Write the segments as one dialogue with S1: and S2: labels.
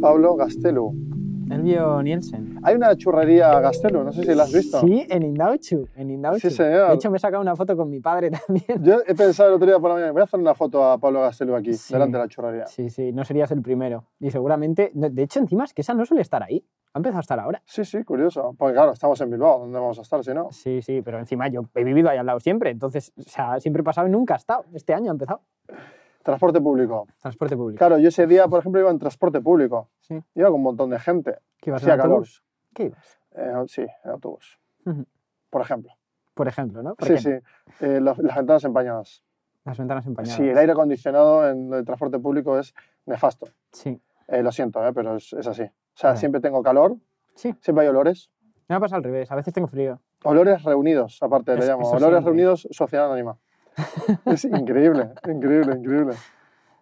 S1: Pablo Gastelu.
S2: Elvio Nielsen.
S1: Hay una churrería Gastelu, no sé si la has visto.
S2: Sí, en Indauchu. En Indauchu.
S1: Sí, señor.
S2: De hecho, me he sacado una foto con mi padre también.
S1: Yo he pensado el otro día por la mañana, voy a hacer una foto a Pablo Gastelu aquí,
S2: Sí.
S1: delante de la churrería.
S2: Sí, sí, no serías el primero. Y seguramente. no, De hecho, encima es que esa no suele estar ahí. Ha empezado a estar ahora.
S1: Sí, sí, curioso. Porque claro, estamos en Bilbao, ¿dónde vamos a estar si no?
S2: Sí, sí, pero encima yo he vivido ahí al lado siempre. Entonces, o sea, siempre he pasado y nunca he estado. Este año ha empezado.
S1: Transporte público.
S2: Transporte público.
S1: Claro, yo ese día, por ejemplo, iba en transporte público.
S2: Sí.
S1: Iba con un montón de gente.
S2: ¿Qué ibas en
S1: Hacía calor.
S2: autobús? ¿Qué ibas?
S1: Eh, sí, en autobús.
S2: Ujú.
S1: Por ejemplo.
S2: Por ejemplo, ¿no? Por
S1: sí,
S2: ejemplo,
S1: sí. Eh, las, las ventanas empañadas.
S2: Las ventanas empañadas.
S1: Sí, el aire acondicionado en el transporte público es nefasto.
S2: Sí.
S1: Eh, lo siento, eh, pero es, es así. O sea,
S2: Ya.
S1: siempre tengo calor,
S2: Sí,
S1: siempre hay olores.
S2: me ha pasado al revés. A veces tengo frío.
S1: Olores reunidos, aparte le
S2: Es-
S1: llamo.
S2: eso
S1: Olores
S2: siempre.
S1: reunidos, sociedad anónima. es increíble, increíble, increíble.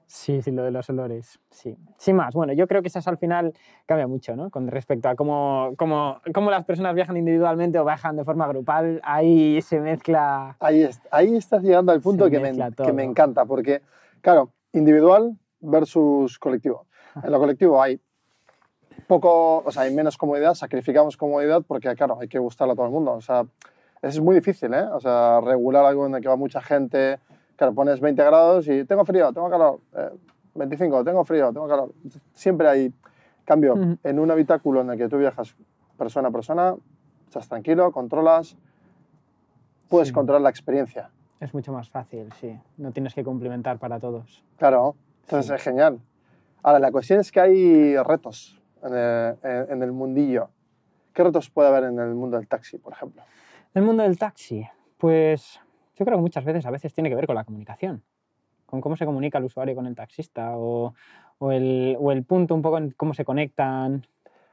S2: Sí, sí, lo de los olores. Sí. Sin más, bueno, yo creo que esas al final cambia mucho, ¿no? Con respecto a cómo, cómo, cómo las personas viajan individualmente o viajan de forma grupal, ahí se mezcla.
S1: Ahí, es- ahí estás llegando al punto
S2: Se
S1: que me,
S2: mezcla
S1: que me
S2: todo.
S1: encanta, porque, claro, individual versus colectivo. En lo colectivo hay poco, o sea, hay menos comodidad, sacrificamos comodidad porque, claro, hay que gustarle a todo el mundo. O sea, es muy difícil, ¿eh? O sea, regular algo en el que va mucha gente, claro, pones 20 grados y tengo frío, tengo calor, eh, 25, tengo frío, tengo calor. Siempre hay cambio.
S2: Ujú.
S1: En un habitáculo en el que tú viajas persona a persona, estás tranquilo, controlas, puedes
S2: Sí.
S1: controlar la experiencia.
S2: Es mucho más fácil, sí. No tienes que cumplimentar para todos.
S1: Claro, entonces
S2: Sí.
S1: es genial. Ahora, la cuestión es que hay retos en el, en- en el mundillo. ¿Qué retos puede haber en el mundo del taxi, por ejemplo?
S2: El mundo del taxi, pues yo creo que muchas veces a veces tiene que ver con la comunicación, con cómo se comunica el usuario con el taxista o, o el, o el punto un poco en cómo se conectan.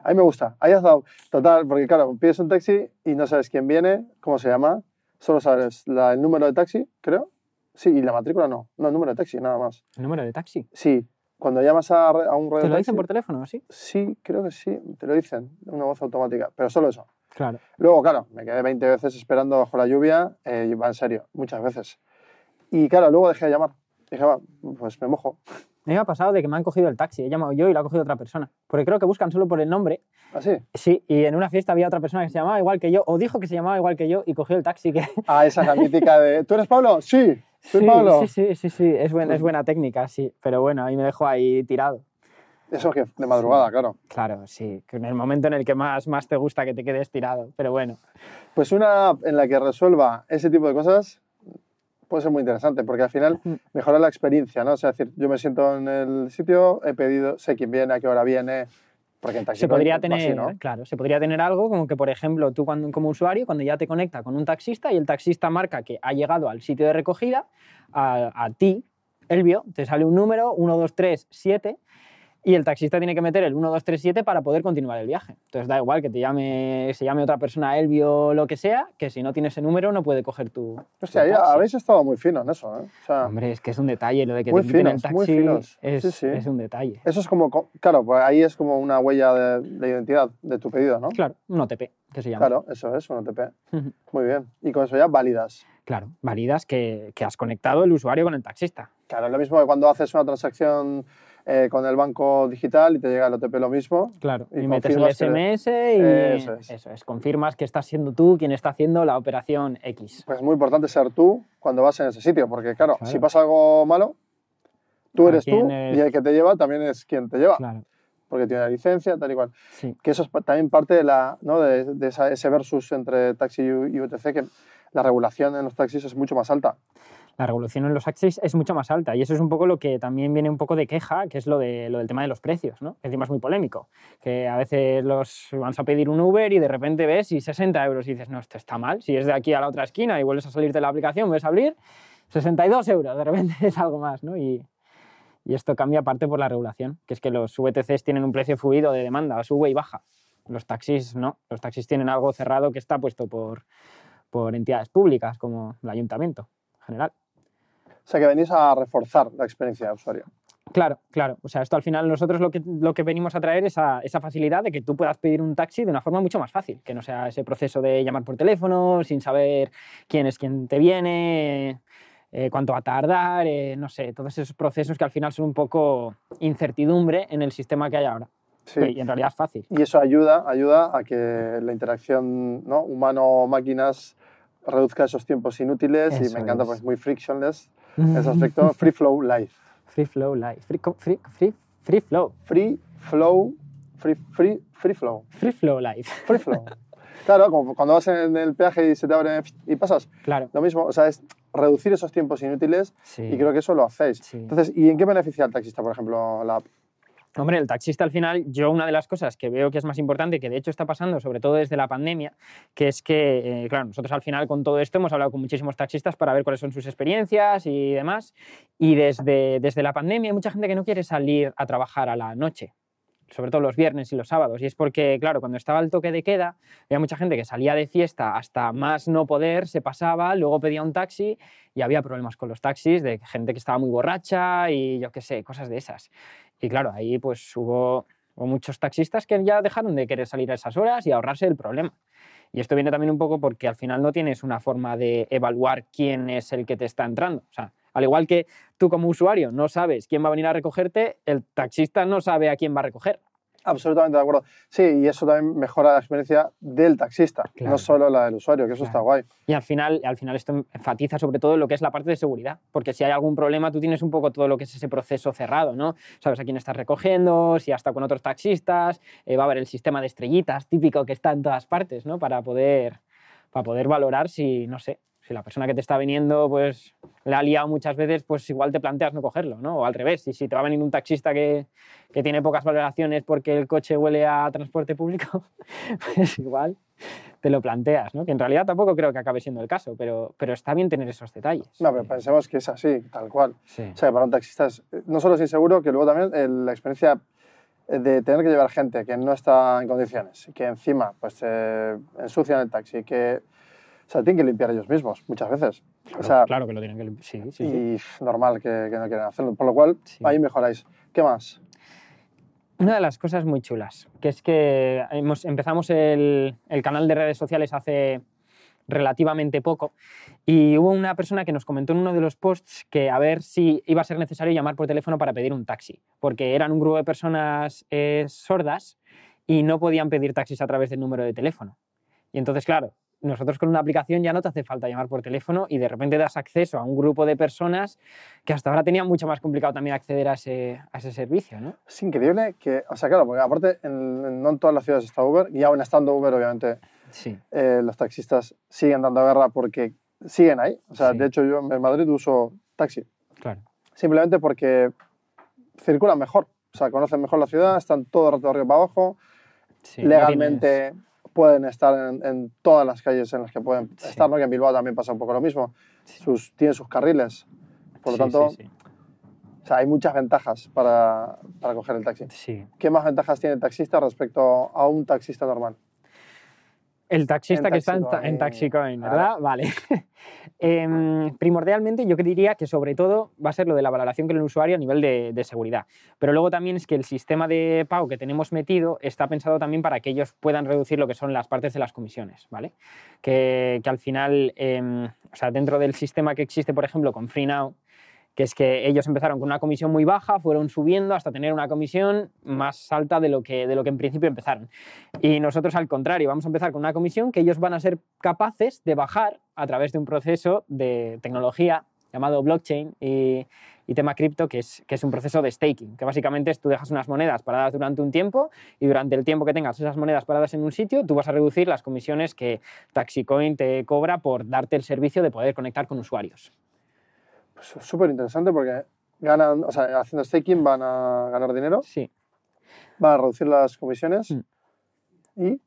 S1: A mí me gusta. Ahí has dado. Total, porque claro, pides un taxi y no sabes quién viene, cómo se llama, solo sabes la- el número de taxi, creo. Sí, y la matrícula no. No, el número de taxi, nada más.
S2: El número de taxi.
S1: Sí, cuando llamas a, re- a un radio
S2: ¿Te lo
S1: taxi-
S2: dicen por teléfono, sí?
S1: Sí, creo que sí, te lo dicen, una voz automática, pero solo eso.
S2: Claro.
S1: Luego, claro, me quedé 20 veces esperando bajo la lluvia, eh, y va en serio, muchas veces. Y claro, luego dejé de llamar. Dije, va, pues me mojo.
S2: A mí me ha pasado de que me han cogido el taxi, he llamado yo y lo ha cogido otra persona. Porque creo que buscan solo por el nombre.
S1: Así.
S2: Sí, y en una fiesta había otra persona que se llamaba igual que yo, o dijo que se llamaba igual que yo, y cogió el taxi. Que...
S1: Ah, esa es la mítica de, ¿tú eres Pablo? Sí, soy
S2: Sí,
S1: Pablo.
S2: sí, sí, sí, sí, Es, buen- es buena técnica, sí. Pero bueno, ahí me dejó ahí tirado.
S1: Eso que de madrugada, claro.
S2: Claro, sí, que en el momento en el que más, más te gusta que te quedes tirado. Pero bueno,
S1: Pues una app en la que resuelva ese tipo de cosas puede ser muy interesante, porque al final
S2: Mm.
S1: mejora la experiencia, ¿no? O sea, es decir, yo me siento en el sitio, he pedido, sé quién viene, a qué hora viene, porque en taxi
S2: se podría
S1: va así,
S2: tener, ¿eh?
S1: ¿no?
S2: claro, se podría tener algo como que, por ejemplo, tú cuando, como usuario, cuando ya te conecta con un taxista y el taxista marca que ha llegado al sitio de recogida, a, a ti, Elvio, te sale un número, 1237, y el taxista tiene que meter el 1237 para poder continuar el viaje. Entonces da igual que te llame, se llame otra persona Elvio o lo que sea, que si no tiene ese número no puede coger tu...
S1: Hostia,
S2: tu
S1: ahí
S2: taxi.
S1: habéis estado muy fino en eso, ¿eh? O sea,
S2: Hombre, es que es un detalle lo de que
S1: Muy
S2: te inviten
S1: finos,
S2: el
S1: muy
S2: taxi.
S1: finos.
S2: Es,
S1: Sí, sí.
S2: es un detalle.
S1: Eso es como, co- claro, pues ahí es como una huella de, de identidad de tu pedido, ¿no?
S2: Claro, un OTP, que se llama.
S1: Claro, eso es, un OTP.
S2: Ujú.
S1: Muy bien. Y con eso ya válidas.
S2: Claro, validas que, que has conectado el usuario con el taxista.
S1: Claro, lo mismo que cuando haces una transacción eh, con el banco digital y te llega el OTP lo mismo.
S2: Claro,
S1: Y
S2: y, metes el
S1: confirmas que-
S2: SMS y
S1: Eso es.
S2: confirmas que estás siendo tú quien está haciendo la operación X.
S1: Pues es muy importante ser tú cuando vas en ese sitio, porque claro,
S2: Claro.
S1: si pasa algo malo, tú
S2: ¿A
S1: eres tú
S2: quién es?
S1: y el que te lleva también es quien te lleva,
S2: Claro,
S1: porque tiene la licencia, tal y cual.
S2: sí.
S1: que eso es pa- también parte de, la, ¿no? de, de esa- ese versus entre taxi y U- y UTC, que la regulación en los taxis es mucho más alta.
S2: La revolución en los taxis es mucho más alta y eso es un poco lo que también viene un poco de queja, que es lo, de, lo del tema de los precios, ¿no? Que encima es muy polémico, que a veces los vas a pedir un Uber y de repente ves y 60 euros y dices, no, esto está mal, si es de aquí a la otra esquina y vuelves a salir de la aplicación, ves a abrir, 62 euros, de repente es algo más, ¿no? Y, y esto cambia aparte por la regulación, que es que los VTCs tienen un precio fluido de demanda, sube y baja. Los taxis no, los taxis tienen algo cerrado que está puesto por, por entidades públicas como el ayuntamiento en general.
S1: O sea, que venís a reforzar la experiencia de usuario.
S2: Claro, claro. O sea, esto al final nosotros lo que, lo que venimos a traer es a- esa facilidad de que tú puedas pedir un taxi de una forma mucho más fácil, que no sea ese proceso de llamar por teléfono, sin saber quién es quien te viene, eh, cuánto va a tardar, eh, no sé, todos esos procesos que al final son un poco incertidumbre en el sistema que hay ahora.
S1: Sí.
S2: Y en realidad es fácil.
S1: Y eso ayuda, ayuda a que la interacción ¿no? humano-máquinas reduzca esos tiempos inútiles y
S2: Eso
S1: me encanta,
S2: es.
S1: pues muy frictionless en ese aspecto. Free flow life.
S2: Free flow life. Free, co- free, free, free flow.
S1: Free flow, free, free, free flow,
S2: Free flow life.
S1: free flow. Claro, como cuando vas en el peaje y se te abre y pasas,
S2: Claro.
S1: lo mismo, o sea, es reducir esos tiempos inútiles
S2: Sí.
S1: y creo que eso lo hacéis.
S2: Sí.
S1: Entonces, ¿y en qué beneficia al taxista, por ejemplo, la app?
S2: Hombre, el taxista al final, yo una de las cosas que veo que es más importante, que de hecho está pasando, sobre todo desde la pandemia, que es que, eh, claro, nosotros al final con todo esto hemos hablado con muchísimos taxistas para ver cuáles son sus experiencias y demás. Y desde, desde la pandemia hay mucha gente que no quiere salir a trabajar a la noche sobre todo los viernes y los sábados. Y es porque, claro, cuando estaba el toque de queda, había mucha gente que salía de fiesta hasta más no poder, se pasaba, luego pedía un taxi y había problemas con los taxis de gente que estaba muy borracha y yo qué sé, cosas de esas. Y claro, ahí pues hubo, hubo muchos taxistas que ya dejaron de querer salir a esas horas y ahorrarse el problema. Y esto viene también un poco porque al final no tienes una forma de evaluar quién es el que te está entrando. O sea, al igual que tú como usuario no sabes quién va a venir a recogerte, el taxista no sabe a quién va a recoger.
S1: Absolutamente de acuerdo. Sí, y eso también mejora la experiencia del taxista,
S2: Claro.
S1: no solo la del usuario, que eso
S2: Claro.
S1: está guay.
S2: Y al final, al final esto enfatiza sobre todo lo que es la parte de seguridad, porque si hay algún problema tú tienes un poco todo lo que es ese proceso cerrado, ¿no? Sabes a quién estás recogiendo, si hasta con otros taxistas, eh, va a haber el sistema de estrellitas típico que está en todas partes, ¿no? Para poder, para poder valorar si, no sé, si la persona que te está viniendo pues la ha liado muchas veces, pues igual te planteas no cogerlo, ¿no? O al revés, y si te va a venir un taxista que, que tiene pocas valoraciones porque el coche huele a transporte público, pues igual te lo planteas, ¿no? Que en realidad tampoco creo que acabe siendo el caso, pero, pero está bien tener esos detalles.
S1: No, pero pensemos que es así, tal cual.
S2: Sí.
S1: O sea, para un taxista es, eh, no solo es inseguro, que luego también eh, la experiencia eh, de tener que llevar gente que no está en condiciones, que encima pues eh, ensucian el taxi, que o sea, tienen que limpiar ellos mismos muchas veces. o
S2: Claro,
S1: sea,
S2: claro que lo tienen que... lim- Sí, sí, sí.
S1: y pff, normal que, que no quieran hacerlo. Por lo cual,
S2: Sí.
S1: ahí mejoráis. ¿Qué más?
S2: Una de las cosas muy chulas, que es que hemos- empezamos el, el canal de redes sociales hace relativamente poco y hubo una persona que nos comentó en uno de los posts que a ver si iba a ser necesario llamar por teléfono para pedir un taxi, porque eran un grupo de personas eh, sordas y no podían pedir taxis a través del número de teléfono. Y entonces, claro, nosotros con una aplicación ya no te hace falta llamar por teléfono y de repente das acceso a un grupo de personas que hasta ahora tenían mucho más complicado también acceder a ese, a ese servicio, ¿no?
S1: Es increíble que, o sea, claro, porque aparte en- en- no en todas las ciudades está Uber, y aún estando Uber, obviamente,
S2: Sí.
S1: eh, los taxistas siguen dando guerra porque siguen ahí. O sea,
S2: Sí.
S1: de hecho yo en Madrid uso taxi.
S2: Claro,
S1: simplemente porque circulan mejor, o sea, conocen mejor la ciudad, están todo el rato de arriba para abajo,
S2: sí, no tienes-
S1: legalmente pueden estar en, en todas las calles en las que pueden
S2: Sí.
S1: estar, ¿no? que en Bilbao también pasa un poco lo mismo,
S2: Sí.
S1: sus, tienen sus carriles, por lo
S2: sí,
S1: tanto,
S2: sí,
S1: o sea, hay muchas ventajas para, para coger el taxi.
S2: sí. Sí.
S1: ¿Qué más ventajas tiene el taxista respecto a un taxista normal?
S2: El taxista
S1: En
S2: que está en, ta-
S1: Taxicoin.
S2: en Taxicoin,
S1: Claro.
S2: ¿verdad? Vale. Em, primordialmente, yo diría que sobre todo va a ser lo de la valoración que el usuario a nivel de, de seguridad. Pero luego también es que el sistema de pago que tenemos metido está pensado también para que ellos puedan reducir lo que son las partes de las comisiones, ¿vale? Que, que al final, em, o sea, dentro del sistema que existe, por ejemplo, con FreeNow, que es que ellos empezaron con una comisión muy baja, fueron subiendo hasta tener una comisión más alta de lo que, de lo que en principio empezaron. Y nosotros al contrario, vamos a empezar con una comisión que ellos van a ser capaces de bajar a través de un proceso de tecnología llamado blockchain y, y tema cripto, que es, que es un proceso de staking, que básicamente es tú dejas unas monedas paradas durante un tiempo y durante el tiempo que tengas esas monedas paradas en un sitio, tú vas a reducir las comisiones que Taxicoin te cobra por darte el servicio de poder conectar con usuarios.
S1: Pues es súper interesante porque ganan, o sea, haciendo staking van a ganar dinero,
S2: Sí.
S1: van a reducir las comisiones
S2: Mm.
S1: y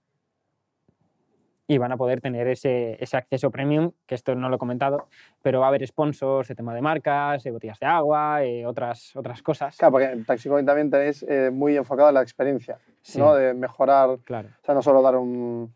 S2: y van a poder tener ese, ese acceso premium, que esto no lo he comentado, pero va a haber sponsors de tema de marcas, de botellas de agua, eh, otras, otras cosas.
S1: Claro, porque en Taxicoin también tenéis eh, muy enfocada la experiencia,
S2: Sí,
S1: ¿no? De mejorar, o
S2: claro.
S1: sea, no solo dar un,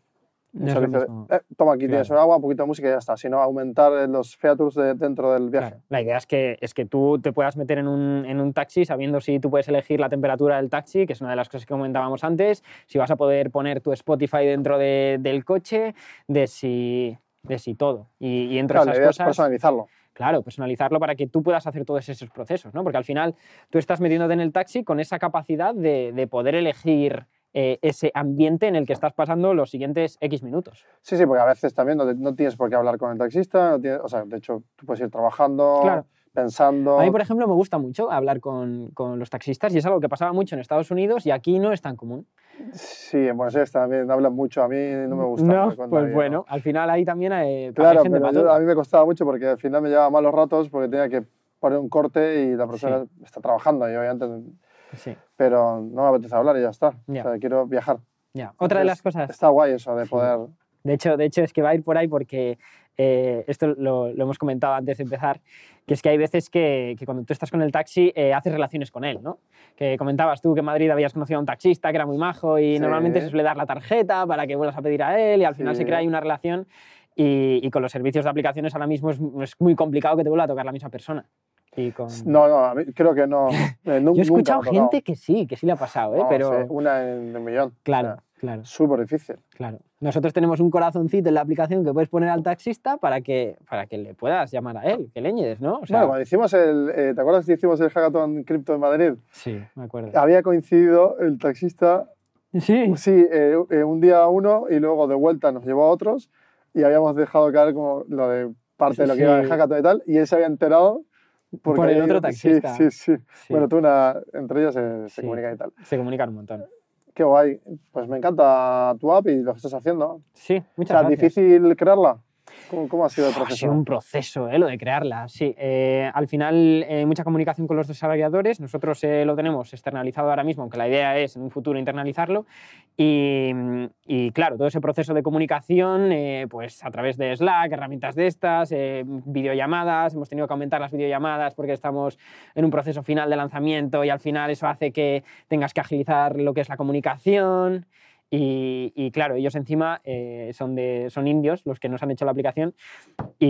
S1: un
S2: No es lo
S1: servicio de,
S2: mismo.
S1: "Eh, toma aquí tienes
S2: Claro.
S1: un agua, un poquito de música y ya está, sino aumentar eh, los features de- dentro del viaje.
S2: Claro, La idea es que, es que tú te puedas meter en un, en un taxi sabiendo si tú puedes elegir la temperatura del taxi, que es una de las cosas que comentábamos antes, si vas a poder poner tu Spotify dentro de- del coche, de si, de si todo. Y, y entre
S1: Claro, la
S2: esas
S1: idea es
S2: cosas...
S1: personalizarlo.
S2: Claro, personalizarlo para que tú puedas hacer todos esos procesos, ¿no? Porque al final tú estás metiéndote en el taxi con esa capacidad de, de poder elegir eh, ese ambiente en el que estás pasando los siguientes X minutos.
S1: Sí, sí, porque a veces también no, te- no tienes por qué hablar con el taxista, no tienes- o sea, de hecho, tú puedes ir trabajando,
S2: Claro.
S1: pensando.
S2: A mí, por ejemplo, me gusta mucho hablar con, con los taxistas y es algo que pasaba mucho en Estados Unidos y aquí no es tan común.
S1: Sí, en Buenos Aires también hablan mucho, a mí no me gusta.
S2: No,
S1: hablar
S2: pues
S1: con nadie, ¿no?
S2: bueno, al final ahí también eh, hay
S1: Claro,
S2: gente
S1: pero
S2: para
S1: yo-
S2: todo.
S1: a mí me costaba mucho porque al final me llevaba malos ratos porque tenía que poner un corte y la persona está trabajando, y obviamente,
S2: Sí,
S1: pero no me apetece hablar y ya está.
S2: Ya.
S1: O sea, quiero viajar.
S2: ya. Otra de
S1: Entonces,
S2: las cosas
S1: Está guay eso de
S2: Sí.
S1: poder.
S2: De hecho, de hecho, es que va a ir por ahí porque eh, esto lo, lo hemos comentado antes de empezar, que es que hay veces que, que cuando tú estás con el taxi eh, haces relaciones con él, ¿no? Que comentabas tú que en Madrid habías conocido a un taxista que era muy majo y
S1: Sí.
S2: normalmente se suele dar la tarjeta para que vuelvas a pedir a él y al final
S1: Sí.
S2: se crea ahí una relación y, y con los servicios de aplicaciones ahora mismo es, es muy complicado que te vuelva a tocar la misma persona. Y con-
S1: No, no, a mí creo que no. eh, nu-
S2: Yo he
S1: nunca
S2: escuchado
S1: me ha tocado.
S2: gente que sí, que sí le ha pasado, ¿eh?
S1: Vamos,
S2: pero
S1: eh, una en un millón.
S2: claro,
S1: O sea,
S2: claro.
S1: Súper difícil.
S2: Claro. Nosotros tenemos un corazoncito en la aplicación que puedes poner al taxista para que, para que le puedas llamar a él, que leñes, ¿no? O sea,
S1: bueno, cuando hicimos el. eh, ¿Te acuerdas que hicimos el hackathon cripto en Madrid?
S2: sí, me acuerdo.
S1: Había coincidido el taxista,
S2: Sí.
S1: sí, eh, eh, un día a uno y luego de vuelta nos llevó a otros y habíamos dejado caer como lo de parte de lo que
S2: Sí.
S1: iba el hackathon y tal y él se había enterado. porque
S2: Por el
S1: había
S2: otro
S1: ido-
S2: taxista.
S1: Sí, sí, sí.
S2: sí.
S1: Bueno, tú una, entre ellas se, se
S2: Sí.
S1: comunican y tal.
S2: Se comunican un montón.
S1: Qué guay. Pues me encanta tu app y lo que estás haciendo.
S2: Sí,
S1: O
S2: muchas
S1: sea,
S2: gracias.
S1: difícil crearla. ¿Cómo, cómo ha sido el
S2: Uf, Ha
S1: proceso?
S2: sido un proceso eh, lo de crearla, sí. Eh, al final, eh, mucha comunicación con los desarrolladores. Nosotros eh, lo tenemos externalizado ahora mismo, aunque la idea es en un futuro internalizarlo. Y, mm, y, claro, todo ese proceso de comunicación, eh, pues a través de Slack, herramientas de estas, eh, videollamadas, hemos tenido que aumentar las videollamadas porque estamos en un proceso final de lanzamiento y al final eso hace que tengas que agilizar lo que es la comunicación. Y, y, claro, ellos encima eh, son, de, son indios los que nos han hecho la aplicación y,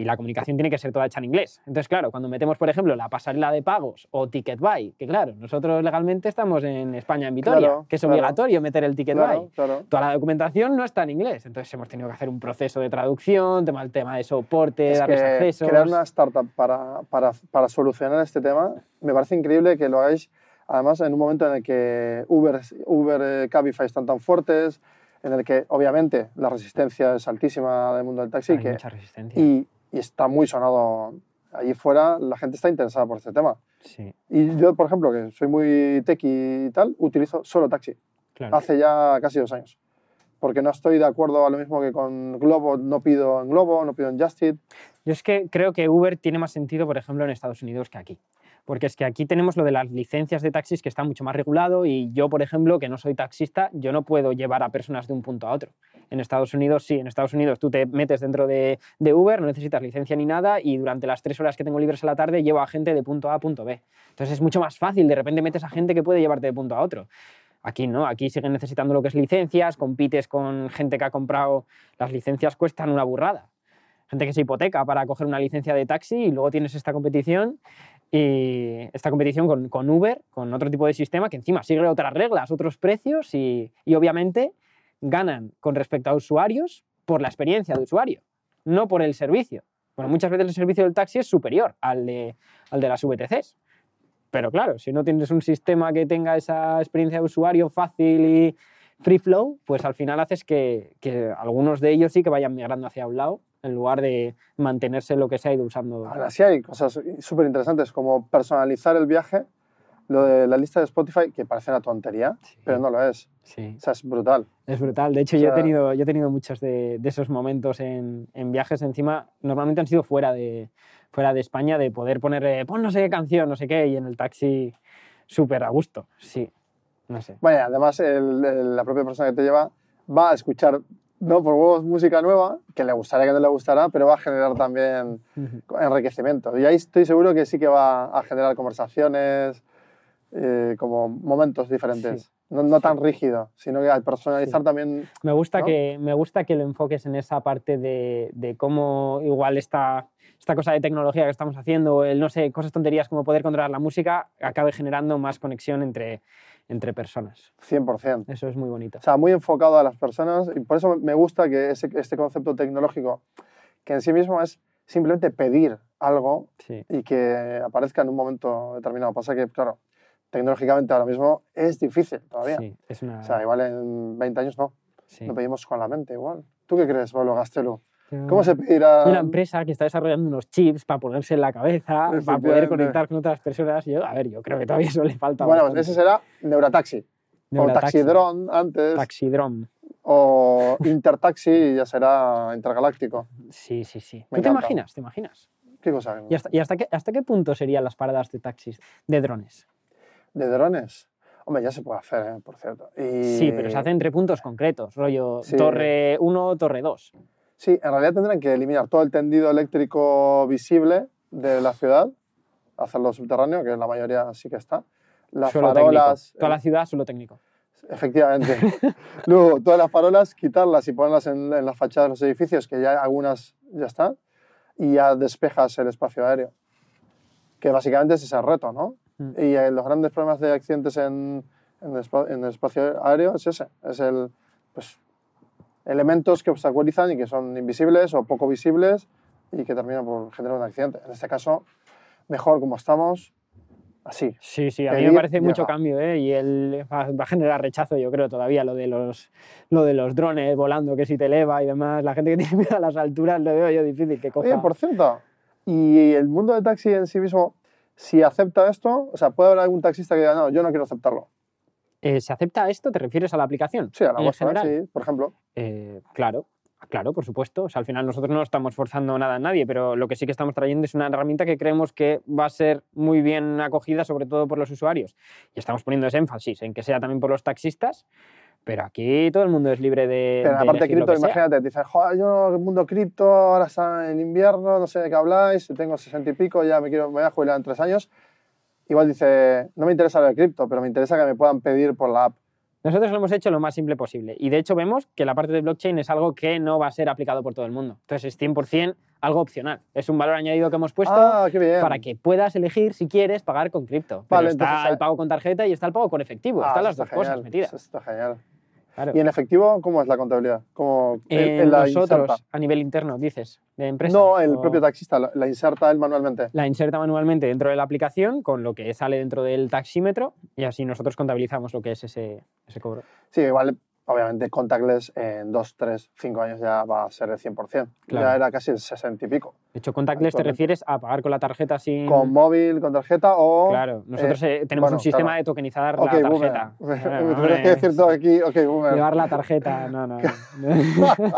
S2: y la comunicación tiene que ser toda hecha en inglés. Entonces, claro, cuando metemos, por ejemplo, la pasarela de pagos o Ticket Buy, que claro, nosotros legalmente estamos en España, en Vitoria,
S1: Claro,
S2: que es
S1: claro.
S2: obligatorio meter el Ticket
S1: Claro,
S2: Buy.
S1: claro.
S2: Toda la documentación no está en inglés, entonces hemos tenido que hacer un proceso de traducción, tema, el tema de soporte,
S1: Es
S2: darles
S1: que
S2: accesos.
S1: crear una startup para, para, para solucionar este tema, me parece increíble que lo hagáis, además, en un momento en el que Uber, Uber eh, Cabify están tan fuertes, en el que, obviamente, la resistencia es altísima del mundo del taxi,
S2: Hay
S1: que,
S2: mucha resistencia.
S1: y, y está muy sonado allí fuera, la gente está interesada por este tema.
S2: sí,
S1: Y yo, por ejemplo, que soy muy techie y tal, utilizo solo taxi,
S2: claro.
S1: hace ya casi dos años. Porque no estoy de acuerdo a lo mismo que con Globo, no pido en Globo, no pido en Just Eat.
S2: Yo es que creo que Uber tiene más sentido, por ejemplo, en Estados Unidos que aquí. Porque es que aquí tenemos lo de las licencias de taxis que está mucho más regulado y yo, por ejemplo, que no soy taxista, yo no puedo llevar a personas de un punto a otro. En Estados Unidos sí, en Estados Unidos tú te metes dentro de, de Uber, no necesitas licencia ni nada y durante las tres horas que tengo libres a la tarde llevo a gente de punto A a punto B. Entonces es mucho más fácil, de repente metes a gente que puede llevarte de punto a otro. Aquí no, aquí siguen necesitando lo que es licencias, compites con gente que ha comprado, las licencias cuestan una burrada. Gente que se hipoteca para coger una licencia de taxi y luego tienes esta competición y esta competición con, con Uber, con otro tipo de sistema que encima sigue otras reglas, otros precios y, y obviamente ganan con respecto a usuarios por la experiencia de usuario, no por el servicio. Bueno, muchas veces el servicio del taxi es superior al de, al de las VTCs. Pero claro, si no tienes un sistema que tenga esa experiencia de usuario fácil y free flow, pues al final haces que, que algunos de ellos sí que vayan migrando hacia un lado en lugar de mantenerse lo que se ha ido usando.
S1: Ahora sí hay cosas súper interesantes como personalizar el viaje, lo de la lista de Spotify, que parece una tontería,
S2: Sí,
S1: pero no lo es.
S2: sí.
S1: O sea, es brutal.
S2: Es brutal. De hecho,
S1: O
S2: yo, he
S1: sea-
S2: tenido, yo he tenido muchos de, de esos momentos en, en viajes. Encima, normalmente han sido fuera de, fuera de España, de poder poner, eh, pon no sé qué canción, no sé qué, y en el taxi súper a gusto. Sí, no sé.
S1: Bueno, y además el- el- la propia persona que te lleva va a escuchar, no por huevos, música nueva, que le gustará, que no le gustará, pero va a generar también
S2: Ujú.
S1: enriquecimiento. Y ahí estoy seguro que sí que va a generar conversaciones, eh, como momentos diferentes.
S2: Sí.
S1: No, no
S2: Sí.
S1: tan rígido, sino que al personalizar
S2: Sí.
S1: también
S2: Me gusta,
S1: ¿no?
S2: que, me gusta que lo enfoques en esa parte de, de cómo igual esta, esta cosa de tecnología que estamos haciendo, el no sé, cosas tonterías como poder controlar la música, acabe generando más conexión entre, entre personas.
S1: 100%.
S2: Eso es muy bonito.
S1: O sea, muy enfocado a las personas y por eso me gusta que ese- este concepto tecnológico, que en sí mismo es simplemente pedir algo
S2: Sí.
S1: y que aparezca en un momento determinado. Pasa que, claro, tecnológicamente ahora mismo es difícil todavía.
S2: Sí, es una.
S1: O sea, igual en 20 años no,
S2: sí.
S1: lo pedimos con la mente igual. ¿Tú qué crees, Pablo Gastelu?
S2: Yo-
S1: ¿Cómo se
S2: Hay Mm. una
S1: pedirá?
S2: empresa que está desarrollando unos chips para ponerse en la cabeza, para poder
S1: Efectivamente.
S2: conectar con otras personas. Y yo, a ver, yo creo que todavía eso le falta.
S1: eh. Bueno,
S2: bastante.
S1: ese será Neurataxi, o
S2: Neurotaxi,
S1: Taxidrón antes,
S2: Taxidrome.
S1: o Intertaxi y ya será Intergaláctico.
S2: Sí, sí, sí.
S1: Me
S2: ¿Tú te
S1: encanta.
S2: imaginas? ¿Te imaginas?
S1: ¿Qué cosa?
S2: ¿Y hasta, y hasta qué, hasta qué punto serían las paradas de taxis, de drones?
S1: ¿De drones? Hombre, ya se puede hacer, ¿eh? por cierto. Y-
S2: Sí, pero se hace entre puntos concretos, rollo
S1: Sí.
S2: torre 1, torre 2.
S1: Sí, en realidad tendrán que eliminar todo el tendido eléctrico visible de la ciudad, hacerlo subterráneo, que en la mayoría sí que está. Las
S2: Solo
S1: farolas, eh.
S2: técnico. Toda la ciudad, solo técnico.
S1: efectivamente. Luego, todas las farolas, quitarlas y ponerlas en, en las fachadas de los edificios, que ya algunas ya están, y ya despejas el espacio aéreo. Que básicamente es ese reto, ¿no?
S2: Mm.
S1: Y eh, los grandes problemas de accidentes en, en el, espa- en el espacio aéreo es ese, es el, pues, elementos que obstaculizan y que son invisibles o poco visibles y que terminan por generar un accidente. En este caso, mejor como estamos, así,
S2: Sí, sí, a mí
S1: Pedir
S2: me parece mucho
S1: llega.
S2: cambio, ¿eh? Y él va, va a generar rechazo, yo creo, todavía, lo de los, lo de los drones volando, que si te eleva y demás. La gente que tiene miedo a las alturas lo veo yo difícil que coja.
S1: Oye, por cierto, y el mundo del taxi en sí mismo, si acepta esto, o sea, puede haber algún taxista que diga, no, yo no quiero aceptarlo.
S2: Eh, ¿Se acepta esto? ¿Te refieres a la aplicación?
S1: Sí, a la
S2: en
S1: vuestra,
S2: general?
S1: sí, por ejemplo.
S2: Eh, claro, claro, por supuesto. O sea, al final nosotros no estamos forzando nada a nadie, pero lo que sí que estamos trayendo es una herramienta que creemos que va a ser muy bien acogida, sobre todo por los usuarios. Y estamos poniendo ese énfasis en que sea también por los taxistas, pero aquí todo el mundo es libre de.
S1: Pero en la
S2: de
S1: parte
S2: Eh, elegir lo
S1: cripto,
S2: que sea.
S1: imagínate, te dicen, joder, yo el mundo cripto, ahora está en invierno, no sé de qué habláis, tengo 60 y pico, ya me, quiero, me voy a jubilar en tres años. Igual dice, no me interesa lo de cripto, pero me interesa que me puedan pedir por la app.
S2: Nosotros lo hemos hecho lo más simple posible y de hecho vemos que la parte de blockchain es algo que no va a ser aplicado por todo el mundo. Entonces es 100% algo opcional. Es un valor añadido que hemos puesto
S1: ah, qué bien.
S2: Pues para que puedas elegir si quieres pagar con cripto. Pero
S1: Vale,
S2: está
S1: entonces, eh,
S2: el pago con tarjeta y está el pago con efectivo.
S1: Ah,
S2: están
S1: eso
S2: las
S1: está
S2: dos cosas
S1: genial,
S2: metidas.
S1: eso está genial.
S2: Claro.
S1: ¿Y en efectivo cómo es la contabilidad? ¿Cómo
S2: Eh,
S1: él- él la
S2: nosotros,
S1: inserta?
S2: a nivel interno, dices, de empresa.
S1: No, el
S2: o-
S1: propio taxista la- la inserta él manualmente.
S2: La inserta manualmente dentro de la aplicación con lo que sale dentro del taxímetro y así nosotros contabilizamos lo que es ese, ese cobro.
S1: Sí, igual, obviamente, contactless en 2, 3, 5 años ya va a ser el 100%.
S2: Claro.
S1: Ya era casi el 60 y pico.
S2: De hecho, contactless te
S1: Actualmente.
S2: refieres a pagar con la tarjeta sin...
S1: Con móvil, con tarjeta o...
S2: Claro, nosotros eh, tenemos
S1: bueno,
S2: un sistema
S1: claro.
S2: de tokenizar
S1: Ok,
S2: la
S1: boomer.
S2: tarjeta.
S1: Me
S2: Claro,
S1: tendrías que
S2: hombre,
S1: decir todo aquí, ok, boomer.
S2: Llevar la tarjeta, no, no. no.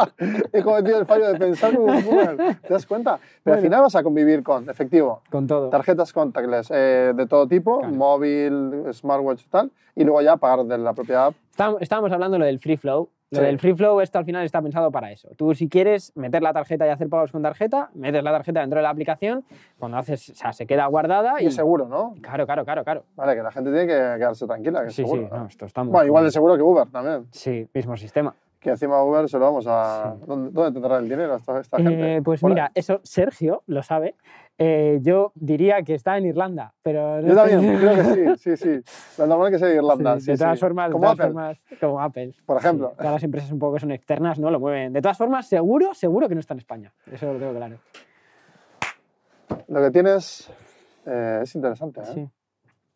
S1: He cometido el fallo de pensar como un boomer. ¿Te das cuenta? Pero al
S2: Bueno.
S1: final vas a convivir con efectivo,
S2: con todo.
S1: tarjetas contactless eh, de todo tipo,
S2: Claro.
S1: móvil, smartwatch y tal, y luego ya pagar de la propia app.
S2: Estábamos, estábamos hablando de lo del free flow. Lo
S1: Sí.
S2: del free flow, esto al final está pensado para eso. Tú, si quieres meter la tarjeta y hacer pagos con tarjeta, metes la tarjeta dentro de la aplicación. Cuando haces, o sea, se queda guardada
S1: Y
S2: y.
S1: es seguro, ¿no?
S2: Claro, claro, claro, claro.
S1: Vale, que la gente tiene que quedarse tranquila, que es
S2: Sí,
S1: seguro.
S2: sí,
S1: ¿no?
S2: no, esto estamos.
S1: Bueno, igual de seguro que Uber también.
S2: Sí, mismo sistema.
S1: Que encima Uber se lo vamos a...
S2: Sí.
S1: ¿Dónde, dónde tendrá el dinero esta, esta gente?
S2: Eh, pues
S1: Por ahí.
S2: mira, eso Sergio lo sabe. Eh, yo diría que está en Irlanda, pero.
S1: Yo
S2: no estoy-
S1: también, creo que sí, sí, sí. Lo normal que sea de Irlanda.
S2: Sí,
S1: sí,
S2: de todas
S1: sí.
S2: formas, de
S1: Como
S2: todas
S1: Apple.
S2: formas, como Apple.
S1: Por
S2: sí.
S1: ejemplo.
S2: todas las empresas un poco que son externas, no lo mueven. De todas formas, seguro, seguro que no está en España. Eso lo tengo claro.
S1: Lo que tienes eh, es interesante, ¿eh? Sí.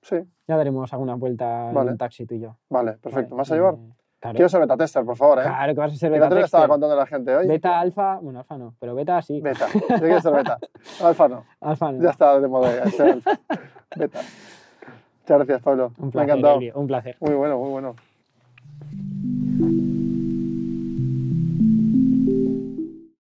S2: Sí. Ya daremos alguna vuelta
S1: Vale.
S2: en un taxi tú y yo.
S1: Vale, perfecto.
S2: Vale,
S1: ¿Me vas a
S2: eh,
S1: llevar?
S2: Claro,
S1: Quiero ser beta tester, por favor, ¿eh?
S2: claro que vas a ser
S1: El otro
S2: beta.
S1: día le estaba
S2: tester.
S1: contando a la gente, oye,
S2: Beta, alfa, bueno, alfa no, pero beta sí.
S1: beta. Yo quiero ser beta. Alfa no.
S2: Alfa no.
S1: Ya está de moda ya, ser alfa. Beta. Muchas gracias, Pablo.
S2: Un
S1: Me ha
S2: placer,
S1: encantado.
S2: Gabriel, un placer.
S1: Muy bueno, muy bueno.